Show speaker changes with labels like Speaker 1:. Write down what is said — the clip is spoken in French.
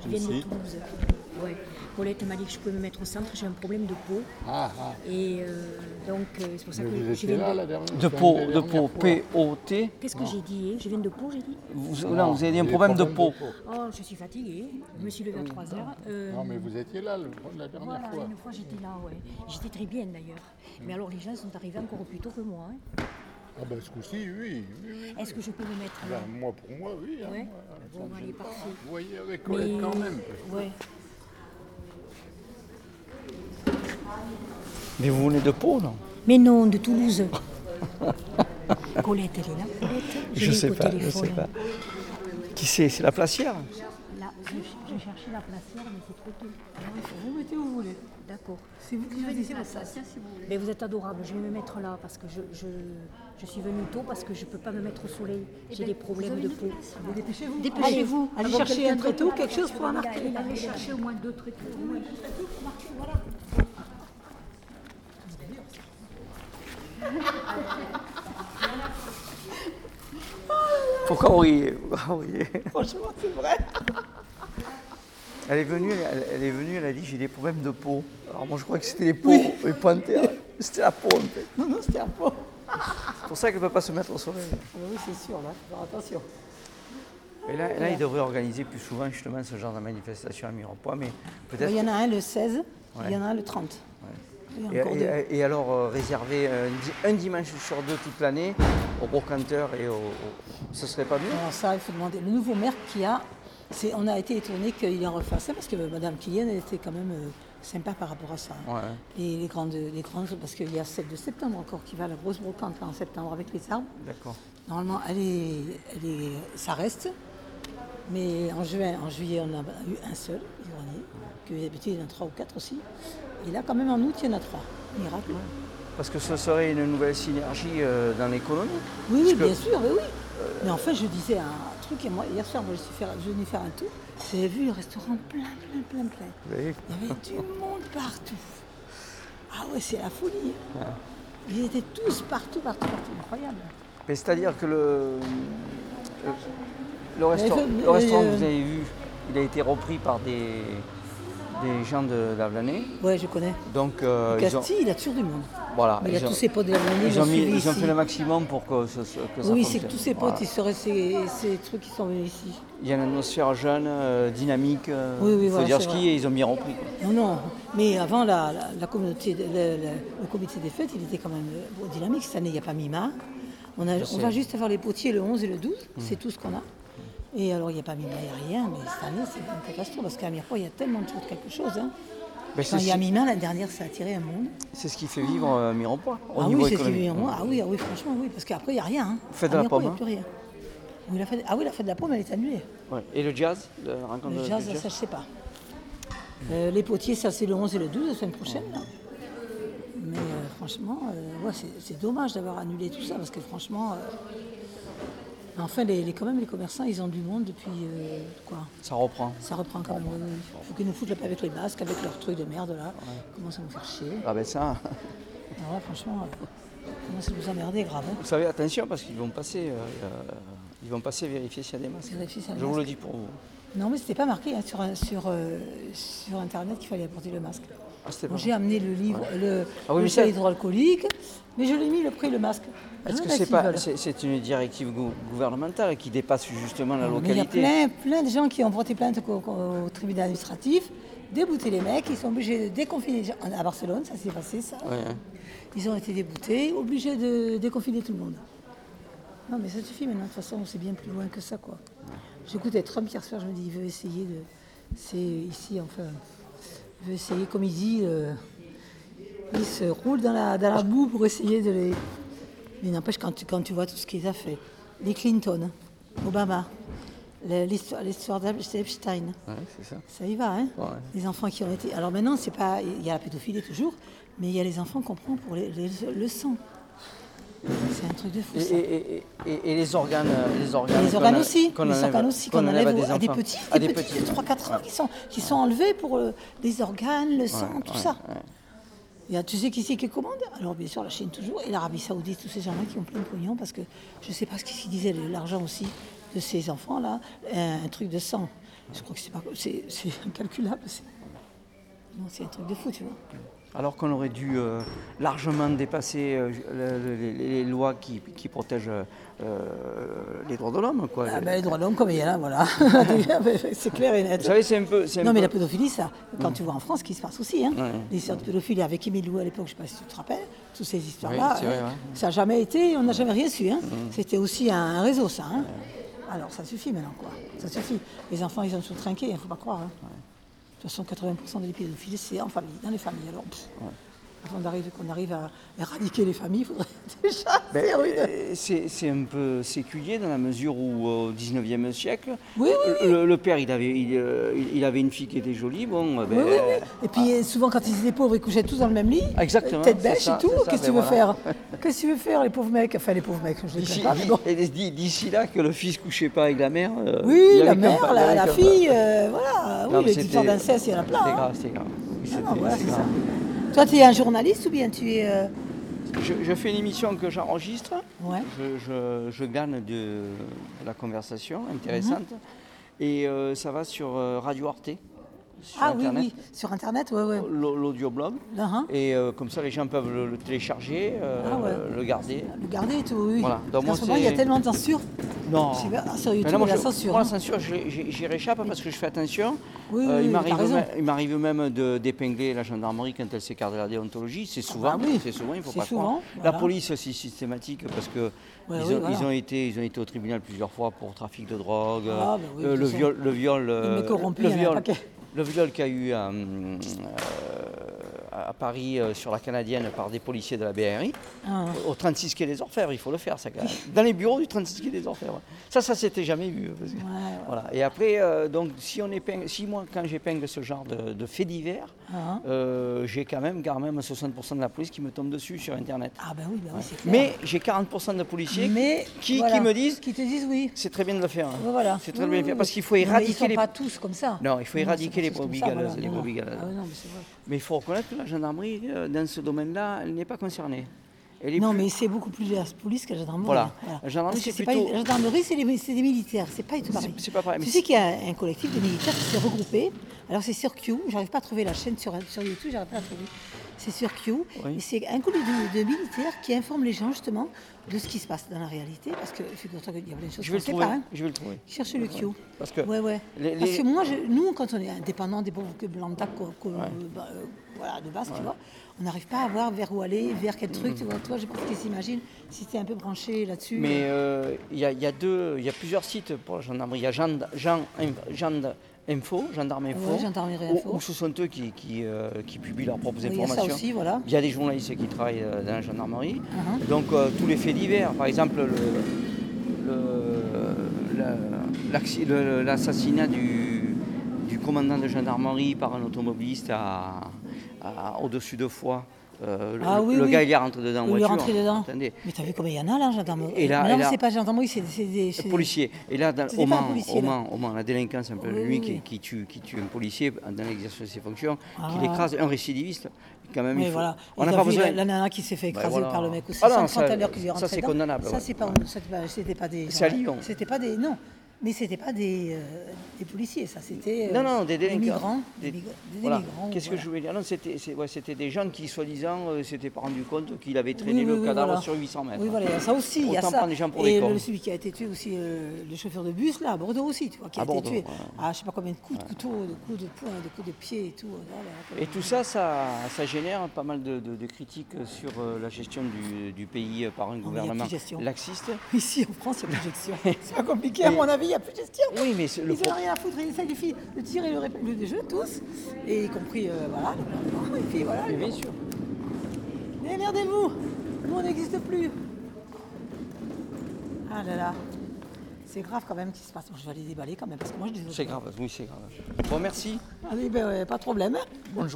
Speaker 1: qui viennent de
Speaker 2: Ici.
Speaker 1: Toulouse. Ouais. Paulette m'a dit que je pouvais me mettre au centre, j'ai un problème de peau.
Speaker 3: Ah, ah.
Speaker 1: Et euh, donc, euh, c'est pour ça
Speaker 3: Mais
Speaker 1: que
Speaker 3: vous
Speaker 1: je
Speaker 3: étiez
Speaker 1: viens
Speaker 3: là
Speaker 1: de...
Speaker 3: la dernière
Speaker 2: De
Speaker 3: la
Speaker 2: peau, de
Speaker 3: dernière
Speaker 2: peau,
Speaker 3: fois.
Speaker 2: P-O-T.
Speaker 1: Qu'est-ce que j'ai dit hein Je viens de peau, j'ai dit
Speaker 2: Vous, non, vous avez dit un
Speaker 3: des
Speaker 2: problème de peau.
Speaker 3: problèmes
Speaker 1: Oh, je suis fatiguée. Je me suis levée à 3 heures. Euh,
Speaker 3: Non, mais vous étiez là le- la dernière
Speaker 1: Voilà,
Speaker 3: fois.
Speaker 1: une fois j'étais là, ouais. J'étais très bien d'ailleurs. Mais alors les gens sont arrivés encore plus tôt que moi. hein.
Speaker 3: Ah, ben ce coup-ci, oui. oui, oui.
Speaker 1: Est-ce que je peux me mettre là
Speaker 3: Ben, moi, pour moi, oui. hein,
Speaker 1: Ouais.
Speaker 3: moi,
Speaker 1: Bon,
Speaker 3: ça me
Speaker 1: allez,
Speaker 3: gêne pas.
Speaker 1: parfait.
Speaker 3: Vous voyez avec Colette quand même.
Speaker 1: Ouais.
Speaker 2: Mais vous venez de peau, non
Speaker 1: Mais non, de Toulouse. Colette, elle est là, Colette
Speaker 2: Je
Speaker 1: l'ai
Speaker 2: sais
Speaker 1: au
Speaker 2: pas, je
Speaker 1: téléphone.
Speaker 2: sais pas. Qui c'est C'est la placière
Speaker 1: Là, je, je cherchais la placière, mais c'est trop tôt.
Speaker 4: Vous mettez où vous voulez.
Speaker 1: D'accord.
Speaker 4: C'est vous qui choisissez la place, si vous voulez.
Speaker 1: Mais vous êtes adorable, je vais me mettre là parce que je, je, je suis venue tôt parce que je ne peux pas me mettre au soleil.
Speaker 4: Eh
Speaker 1: J'ai
Speaker 4: ben,
Speaker 1: des problèmes de peau.
Speaker 4: Dépêchez-vous.
Speaker 1: Dépêchez-vous.
Speaker 4: Allez,
Speaker 1: Avant
Speaker 4: chercher
Speaker 1: quelqu'un
Speaker 4: un tréteau,
Speaker 1: d'autre.
Speaker 4: quelque chose pour
Speaker 1: Voilà,
Speaker 4: marquer.
Speaker 1: allez, allez chercher au moins deux tréteaux.
Speaker 2: Pourquoi vous riez Pourquoi vous riez Franchement, c'est vrai. Elle est venue, elle, elle est venue, elle a dit j'ai des problèmes de peau. Alors moi je crois que c'était les peaux et pas un terrain. C'était la peau en fait.
Speaker 4: Non, non, c'était un pot.
Speaker 2: C'est pour ça qu'elle ne peut pas se mettre au soleil.
Speaker 4: Ah bah oui, c'est sûr, là. Faut faire attention.
Speaker 2: Et là, là, ils devraient organiser plus souvent justement ce genre de manifestation à Mirepoix, mais peut-être.
Speaker 4: Il y en a un le 16, il y
Speaker 2: Ouais.
Speaker 4: en a un le 30. Il y
Speaker 2: Et,
Speaker 4: a encore deux.
Speaker 2: et- et alors euh, réserver un, di- un dimanche sur deux toute l'année aux brocanteurs et aux. aux- Ce serait pas mieux
Speaker 4: Alors ça, il faut demander. Le nouveau maire qui a, c'est, on a été étonné qu'il en refasse ça parce que euh, Madame Kylian elle était quand même euh, sympa par rapport à ça. hein.
Speaker 2: Ouais.
Speaker 4: Et les grandes, les grandes, parce qu'il y a celle de septembre encore qui va la grosse brocante là, en septembre avec les arbres.
Speaker 2: D'accord.
Speaker 4: Normalement, elle est, elle est- ça reste. Mais en juin, en juillet, on a eu un seul, le dernier, que d'habitude il y en a trois ou quatre aussi. Et là, quand même, en août, il y en a trois. Miracle.
Speaker 2: Parce que ce serait une nouvelle synergie euh, dans l'économie.
Speaker 4: Oui,
Speaker 2: Parce
Speaker 4: oui,
Speaker 2: que-
Speaker 4: bien sûr, oui, oui. Mais enfin, je disais un truc, et moi, hier soir, moi, je suis, faire, je venais faire un tour, j'avais vu le restaurant plein, plein, plein, plein.
Speaker 2: Vous voyez
Speaker 4: Il y avait du monde partout. Ah ouais, c'est la folie. hein. Ils étaient tous partout, partout, partout. Incroyable.
Speaker 2: Mais c'est-à-dire que le, le, le resta-
Speaker 4: Mais je-
Speaker 2: le restaurant
Speaker 4: mais,
Speaker 2: que
Speaker 4: euh,
Speaker 2: vous avez vu, il a été repris par des, des gens de d'Avlanay.
Speaker 4: Ouais, je connais.
Speaker 2: Donc, euh, ils ont,
Speaker 4: Castille, il a toujours du monde.
Speaker 2: voilà,
Speaker 4: Mais il y
Speaker 2: Ah, ils
Speaker 4: a
Speaker 2: ont-
Speaker 4: tous ses potes de la Vendée,
Speaker 2: ils ont, mis-
Speaker 4: suivi
Speaker 2: ils ont
Speaker 4: ici.
Speaker 2: fait le maximum pour que, ce- ce- que ça
Speaker 4: Oui, c'est
Speaker 2: fonctionne.
Speaker 4: que tous ses potes,
Speaker 2: Voilà.
Speaker 4: ils seraient ces, ces trucs qui sont venus ici.
Speaker 2: Il y a une atmosphère jeune, euh, dynamique. euh,
Speaker 4: Oui, oui,
Speaker 2: faut
Speaker 4: voilà,
Speaker 2: dire
Speaker 4: c'est
Speaker 2: ce
Speaker 4: vrai.
Speaker 2: qui est, ils ont bien repris.
Speaker 4: Non, non. Mais avant, la, la- la communauté, de- le, le- le comité des fêtes, il était quand même euh, bon, dynamique. Cette année, il n'y a pas Mima. On, a- on va juste avoir les potiers le 11 et le 12.
Speaker 2: Mm.
Speaker 4: C'est tout ce qu'on a. Et alors, il n'y a pas Mima, il n'y a rien. Mais cette année, c'est une catastrophe. Parce qu'à Mirepoix, il y a tellement de choses, quelque chose. hein.
Speaker 2: Ben,
Speaker 4: Quand
Speaker 2: c'est
Speaker 4: il y a
Speaker 2: ce-
Speaker 4: Mima, la dernière, ça a attiré un monde.
Speaker 2: c'est ce qui fait vivre euh, Mirepoix au
Speaker 4: ah oui,
Speaker 2: niveau
Speaker 4: c'est ce qui
Speaker 2: économique.
Speaker 4: vient en moi. Ah oui, ah oui, franchement, oui. Parce qu'après, il n'y a rien. hein.
Speaker 2: Fête
Speaker 4: À
Speaker 2: de la
Speaker 4: Mirepoix,
Speaker 2: pomme,
Speaker 4: Il n'y a plus rien. Oui, la fête- Ah oui, la fête de la pomme, elle est annulée.
Speaker 2: Ouais. Et le jazz, la rencontre
Speaker 4: hein. Le
Speaker 2: de-
Speaker 4: jazz,
Speaker 2: du
Speaker 4: ça, je sais pas. Euh, les potiers, ça, c'est le 11 et le 12, la semaine prochaine. là. Mais euh, franchement, euh, ouais, c'est- c'est dommage d'avoir annulé tout ça, parce que franchement... euh, Enfin, les, les- quand même, les commerçants, ils ont du monde depuis... euh, quoi
Speaker 2: Ça reprend.
Speaker 4: Ça reprend quand même. Il faut qu'ils nous foutent la paix avec les masques, avec leurs trucs de merde, là. Comment ça nous faire chier
Speaker 2: Ah ben ça,
Speaker 4: Alors là, franchement, euh, comment ça nous emmerder, grave. hein.
Speaker 2: Vous savez, attention parce qu'ils vont passer, euh, euh, ils vont passer vérifier s'il y a des masques.
Speaker 4: Vérifier s'il y a des
Speaker 2: Je vous le
Speaker 4: masques.
Speaker 2: dis pour vous.
Speaker 4: Non, mais c'était pas marqué hein, sur, un- sur, euh, sur Internet qu'il fallait apporter le masque.
Speaker 2: Ah, c'était
Speaker 4: Bon,
Speaker 2: pas
Speaker 4: J'ai amené le livre, le,
Speaker 2: Ah oui,
Speaker 4: le
Speaker 2: mais
Speaker 4: gel
Speaker 2: ça-
Speaker 4: hydroalcoolique, mais je l'ai mis le prix le masque. Je
Speaker 2: Est-ce
Speaker 4: me
Speaker 2: que
Speaker 4: demande
Speaker 2: c'est
Speaker 4: s'ils
Speaker 2: pas,
Speaker 4: Ah, veulent.
Speaker 2: c'est, c'est une directive gou- gouvernementale qui dépasse justement la
Speaker 4: Ah, Mais Il y a
Speaker 2: localité
Speaker 4: plein, plein de gens qui ont porté plainte au, au- au tribunal administratif, débouté les mecs, ils sont obligés de déconfiner. les gens. À Barcelone, ça s'est passé, ça.
Speaker 2: Ouais, hein. ouais.
Speaker 4: Ils ont été déboutés, obligés de déconfiner tout le monde. Non, mais ça suffit maintenant, de toute façon, c'est bien plus loin que ça, quoi. J'écoutais Trump hier soir, je me dis, il veut essayer de. C'est ici, enfin. Il veut essayer, comme il dit, euh, il se roule dans la, dans la boue pour essayer de les. Mais n'empêche, quand tu, quand tu vois tout ce qu'il a fait, les Clinton, Obama, le- l'histoire l'histoire d'Ep- d'Epstein,
Speaker 2: Ouais, c'est ça.
Speaker 4: ça y va, hein
Speaker 2: Ouais.
Speaker 4: Les enfants qui ont été. Alors maintenant, c'est pas. Il y a la pédophilie toujours, mais il y a les enfants qu'on prend pour les, les leçons. C'est un truc de fou.
Speaker 2: Et,
Speaker 4: ça.
Speaker 2: et- et- et- et les organes, euh, les organes,
Speaker 4: les organes
Speaker 2: qu'on a-
Speaker 4: aussi,
Speaker 2: qu'on
Speaker 4: les
Speaker 2: enlève-
Speaker 4: organes aussi qu'on enlève,
Speaker 2: des
Speaker 4: aux- à des
Speaker 2: enfants.
Speaker 4: petits,
Speaker 2: À
Speaker 4: des petits de 3-4 ans qui sont, qui sont enlevés pour euh, les organes, le sang, tout ça. Il y a, tu sais qui c'est qui commande Alors bien sûr la Chine toujours et l'Arabie Saoudite, tous ces gens-là qui ont plein de pognon parce que je ne sais pas ce qu'ils disaient, l'argent aussi de ces enfants-là, un, un truc de sang. Je crois que c'est pas- c'est c'est incalculable. c'est- Non, c'est un truc de fou, tu vois.
Speaker 2: Alors qu'on aurait dû euh, largement dépasser euh, le- le- les, les lois qui, qui protègent euh, les droits de l'homme. quoi.
Speaker 4: Ah ben, les droits de l'homme, comme il y en a, voilà. c'est clair et net.
Speaker 2: Vous savez, c'est un peu. c'est un
Speaker 4: Non,
Speaker 2: peu-
Speaker 4: mais
Speaker 2: Hmm.
Speaker 4: la pédophilie, ça, quand tu vois en France, ce qui se passe aussi, hein,
Speaker 2: Ouais.
Speaker 4: les histoires de pédophilie avec Émile Lou à l'époque, je ne sais pas si tu te rappelles, toutes ces histoires-là,
Speaker 2: Oui, c'est vrai,
Speaker 4: hein,
Speaker 2: ouais. Hmm.
Speaker 4: ça n'a jamais été, on n'a jamais rien su. hein. C'était aussi un, un réseau, ça. hein. Alors ça suffit maintenant, quoi. Ça suffit. Les enfants, ils en sont trinqués, il ne faut pas croire. hein. De toute façon, 80% des pédophiles, c'est en famille, dans les familles. Alors, pff, avant d'arriver, qu'on arrive à éradiquer les familles, il faudrait déjà
Speaker 2: Ben,
Speaker 4: faire une-
Speaker 2: euh, c'est c'est un peu séculier dans la mesure où euh, au 19e siècle,
Speaker 4: Oui, oui,
Speaker 2: Le, le père il avait, il, euh, il- il avait une fille qui était jolie, bon, euh, ben,
Speaker 4: Oui, oui,
Speaker 2: euh,
Speaker 4: oui. Et puis euh, souvent, quand ils étaient pauvres, ils couchaient tous dans le même lit.
Speaker 2: Ah, Exactement,
Speaker 4: Tête
Speaker 2: c'est
Speaker 4: bêche
Speaker 2: ça,
Speaker 4: et tout.
Speaker 2: c'est ça,
Speaker 4: Qu'est-ce que tu
Speaker 2: ben
Speaker 4: veux
Speaker 2: voilà.
Speaker 4: faire Qu'est-ce que tu veux faire, les pauvres mecs Enfin, les pauvres mecs, je les
Speaker 2: d'ici
Speaker 4: plains pas, Ah, mais bon.
Speaker 2: et d'ici- d'ici là que le fils couchait pas avec la mère. euh, il y
Speaker 4: Oui, la
Speaker 2: avait qu'un
Speaker 4: mère,
Speaker 2: pas- il y
Speaker 4: la,
Speaker 2: avait
Speaker 4: la
Speaker 2: qu'un pas.
Speaker 4: fille, euh, voilà.
Speaker 2: Non,
Speaker 4: oui,
Speaker 2: mais
Speaker 4: les histoires
Speaker 2: c'était-
Speaker 4: d'inceste, il y en a plein.
Speaker 2: C'était
Speaker 4: hein.
Speaker 2: grave, c'était grave. Oui,
Speaker 4: Ah,
Speaker 2: c'était-
Speaker 4: voilà,
Speaker 2: c'était
Speaker 4: c'est ça.
Speaker 2: grave.
Speaker 4: Toi, tu es un journaliste ou bien tu es. euh,
Speaker 2: Je, je fais une émission que j'enregistre.
Speaker 4: Ouais.
Speaker 2: Je, je- je gagne de, de la conversation
Speaker 4: Mhm.
Speaker 2: intéressante. Et euh, ça va sur euh, Radio Arte, sur
Speaker 4: Ah
Speaker 2: Internet,
Speaker 4: oui, oui, sur Internet, ouais, ouais.
Speaker 2: l'au- l'audioblog.
Speaker 4: Hein, hein.
Speaker 2: Et euh, comme ça, les gens peuvent le, le télécharger, euh,
Speaker 4: Ah ouais.
Speaker 2: le garder.
Speaker 4: Le garder et tout, oui.
Speaker 2: Voilà. Donc,
Speaker 4: Parce qu'en
Speaker 2: moi,
Speaker 4: ce moment, il y a
Speaker 2: c'est-
Speaker 4: tellement de censure.
Speaker 2: Non.
Speaker 4: C'est bien, ah, sur
Speaker 2: Mais non,
Speaker 4: YouTube, il y
Speaker 2: moi,
Speaker 4: a
Speaker 2: je-
Speaker 4: la censure.
Speaker 2: moi,
Speaker 4: hein.
Speaker 2: la censure, j'ai- j'ai- j'y réchappe parce que je fais attention. Euh,
Speaker 4: Oui, oui, oui,
Speaker 2: il m'arrive
Speaker 4: t'as raison.
Speaker 2: même- il m'arrive même de d'épingler la gendarmerie quand elle s'écarte de la déontologie. C'est souvent,
Speaker 4: bah oui.
Speaker 2: c'est souvent, il faut
Speaker 4: C'est
Speaker 2: pas
Speaker 4: souvent,
Speaker 2: croire.
Speaker 4: voilà.
Speaker 2: La police, c'est systématique parce que
Speaker 4: Ouais,
Speaker 2: ils,
Speaker 4: oui,
Speaker 2: ont,
Speaker 4: voilà.
Speaker 2: ils ont été, ils ont été au tribunal plusieurs fois pour trafic de drogue,
Speaker 4: Ah, bah oui,
Speaker 2: euh,
Speaker 4: de
Speaker 2: le,
Speaker 4: toute
Speaker 2: viol, le viol, euh,
Speaker 4: mecs corrompus,
Speaker 2: le
Speaker 4: il y en a un
Speaker 2: viol,
Speaker 4: paquet.
Speaker 2: le viol qu'il y a eu à, euh, à Paris euh, sur la canadienne par des policiers de la BRI.
Speaker 4: Ah, ouais.
Speaker 2: Au 36 quai des Orfèvres, il faut le faire, ça quand même. Dans les bureaux du 36 quai des Orfèvres. Ça, ça s'était jamais vu. parce que-
Speaker 4: Ouais, ouais.
Speaker 2: Voilà. Et après, euh, donc, si, on épingle, si moi, quand j'épingle ce genre de, de faits divers,
Speaker 4: Ah.
Speaker 2: euh, j'ai quand même, quand même 60% de la police qui me tombe dessus sur Internet.
Speaker 4: Ah, ben oui, ben oui, c'est clair.
Speaker 2: Mais j'ai 40% de policiers
Speaker 4: Mais,
Speaker 2: qui, qui
Speaker 4: voilà,
Speaker 2: me disent
Speaker 4: Qui te disent oui.
Speaker 2: c'est très bien de le faire. hein.
Speaker 4: Ouais, Voilà.
Speaker 2: C'est très
Speaker 4: Oui,
Speaker 2: bien de le
Speaker 4: oui,
Speaker 2: faire.
Speaker 4: oui.
Speaker 2: Parce qu'il faut
Speaker 4: Non, mais
Speaker 2: éradiquer
Speaker 4: ils sont
Speaker 2: les.
Speaker 4: pas tous comme ça.
Speaker 2: Non, il faut
Speaker 4: Non,
Speaker 2: éradiquer les
Speaker 4: c'est pas tous
Speaker 2: brebis
Speaker 4: comme ça,
Speaker 2: galeuses,
Speaker 4: voilà,
Speaker 2: les
Speaker 4: non,
Speaker 2: brebis
Speaker 4: non.
Speaker 2: galeuses.
Speaker 4: Ah ouais, non, mais c'est vrai.
Speaker 2: Mais il faut reconnaître que la gendarmerie, euh, dans ce domaine-là, elle n'est pas concernée. Elle est
Speaker 4: Non,
Speaker 2: plus-
Speaker 4: mais c'est beaucoup plus la police que la gendarmerie.
Speaker 2: Voilà. La
Speaker 4: La
Speaker 2: gendarmerie,
Speaker 4: gendarmerie,
Speaker 2: c'est
Speaker 4: c'est pas
Speaker 2: plutôt-
Speaker 4: une- la gendarmerie, c'est les- c'est des militaires, c'est pas du tout pareil.
Speaker 2: c'est pas pareil, mais
Speaker 4: Tu
Speaker 2: c'est-
Speaker 4: sais qu'il y a un collectif de militaires qui s'est regroupé. Alors c'est sur Q, j'arrive pas à trouver la chaîne sur, sur YouTube, j'arrive pas à la trouver. C'est sur Q.
Speaker 2: Oui.
Speaker 4: Et c'est un collectif de, de militaires qui informe les gens justement de ce qui se passe dans la réalité. Parce que figure-toi qu'il y a plein de choses
Speaker 2: Je vais
Speaker 4: qu'on ne
Speaker 2: le
Speaker 4: sait
Speaker 2: trouver.
Speaker 4: pas. hein.
Speaker 2: Je vais le trouver.
Speaker 4: Cherche le Q.
Speaker 2: Parce que
Speaker 4: Ouais, ouais.
Speaker 2: les- les-
Speaker 4: Parce que moi, je- nous, quand on est indépendant des pauvres que blancs de tac, quoi, que- bah, euh, voilà, de base, tu vois, on n'arrive pas à voir vers où aller, vers quel truc, tu vois. Toi, je pense qu'ils s'imaginent si t'es un peu branché là-dessus.
Speaker 2: Mm. Mais euh, il y, a- il y a deux, il y a plusieurs sites pour la gendarmerie. Il y a Gen- Gen- Inf- Gen- Info, Gendarme Info,
Speaker 4: Ouais, Gendarmerie
Speaker 2: où-
Speaker 4: Info.
Speaker 2: où, ce sont eux qui, qui, euh, qui publient leurs propres
Speaker 4: Oui, il y a ça
Speaker 2: informations.
Speaker 4: aussi, voilà.
Speaker 2: Il y a des journalistes qui travaillent euh, dans la gendarmerie.
Speaker 4: Mhm.
Speaker 2: Donc euh, tous les faits divers, par exemple le- le- la- l'acci- le- l'assassinat du, du commandant de gendarmerie par un automobiliste à- à- au-dessus de Foix. Euh, le
Speaker 4: Ah oui,
Speaker 2: le
Speaker 4: oui.
Speaker 2: gars il est rentré dedans en
Speaker 4: Où il est
Speaker 2: voiture.
Speaker 4: rentré dedans.
Speaker 2: Attendez.
Speaker 4: Mais t'as vu combien il y en a là, gendarmerie
Speaker 2: Et là-
Speaker 4: Mais
Speaker 2: et
Speaker 4: non,
Speaker 2: là-
Speaker 4: c'est pas gendarmerie, c'est c'est des. c'est des-
Speaker 2: Euh, Policier. Et là, dans,
Speaker 4: C'était
Speaker 2: au,
Speaker 4: pas un
Speaker 2: Mans,
Speaker 4: policier,
Speaker 2: au,
Speaker 4: là.
Speaker 2: Mans, au Mans, la délinquance, un peu
Speaker 4: Oui,
Speaker 2: lui
Speaker 4: oui,
Speaker 2: qui,
Speaker 4: oui.
Speaker 2: qui tue, qui tue un policier dans l'exercice de ses fonctions, qui
Speaker 4: Ah.
Speaker 2: l'écrase, un récidiviste. Quand même,
Speaker 4: Oui,
Speaker 2: il faut-
Speaker 4: voilà.
Speaker 2: On
Speaker 4: Et
Speaker 2: n'a
Speaker 4: t'as
Speaker 2: pas
Speaker 4: vu
Speaker 2: besoin.
Speaker 4: La, la nana qui s'est fait
Speaker 2: Bah,
Speaker 4: écraser
Speaker 2: voilà.
Speaker 4: par le mec aussi.
Speaker 2: Ah non,
Speaker 4: 130
Speaker 2: ça-
Speaker 4: à l'heure qui lui est
Speaker 2: ça,
Speaker 4: rentré
Speaker 2: c'est
Speaker 4: dedans.
Speaker 2: condamnable, ouais.
Speaker 4: Ça, c'est pas, c'était pas- c'était pas des.
Speaker 2: C'est à
Speaker 4: gendarmes.
Speaker 2: Lyon.
Speaker 4: C'était pas des. Non. Mais c'était pas des, euh, des policiers, ça. C'était. euh,
Speaker 2: Non, non, des délinquants.
Speaker 4: migrants. Des,
Speaker 2: Des-
Speaker 4: mig- des
Speaker 2: voilà.
Speaker 4: démigrants,
Speaker 2: Qu'est-ce que
Speaker 4: voilà.
Speaker 2: je voulais dire Non, c'était c'est- ouais, c'était des jeunes qui, soi-disant, euh, s'étaient pas rendu compte qu'il avait traîné
Speaker 4: Oui,
Speaker 2: le
Speaker 4: oui, oui,
Speaker 2: cadavre
Speaker 4: voilà.
Speaker 2: sur 800 mètres. hein.
Speaker 4: Oui, voilà, il y a ça aussi. il y a
Speaker 2: Autant
Speaker 4: ça.
Speaker 2: prendre les gens pour
Speaker 4: Et
Speaker 2: des
Speaker 4: le-
Speaker 2: cons.
Speaker 4: celui qui a été tué aussi, euh, le chauffeur de bus, là, à Bordeaux aussi, tu vois, qui a
Speaker 2: À
Speaker 4: été
Speaker 2: Bordeaux,
Speaker 4: tué
Speaker 2: ouais.
Speaker 4: à je sais pas combien de coups de couteau, de coups de poing, de coups de pied et tout. oh voilà, comme-
Speaker 2: Et tout ça, ça, ça génère pas mal de, de- de critiques sur euh, la gestion du, du pays euh, par un
Speaker 4: Ah, il y a
Speaker 2: gouvernement
Speaker 4: plus de gestion.
Speaker 2: laxiste.
Speaker 4: Ici, en France, il n'y a plus de gestion. C'est pas compliqué, à mon avis, il n'y a plus de gestion.
Speaker 2: Oui, mais c'est-
Speaker 4: Ils
Speaker 2: le
Speaker 4: n'ont
Speaker 2: pro-
Speaker 4: rien à foutre, ils essayent de fi- de tirer le, ré- le, le jeu, tous, et y compris, euh, voilà, le gouvernement, et puis voilà. Eh,
Speaker 2: Mais bien sûr.
Speaker 4: Démerdez-vous Le monde n'existe plus Ah là là C'est grave quand même ce qui se passe. Bon, je vais aller déballer quand même, parce que moi, je les
Speaker 2: C'est grave, oui, c'est grave. Bon, merci.
Speaker 4: Allez, ben, ouais, pas de problème.
Speaker 2: Bonne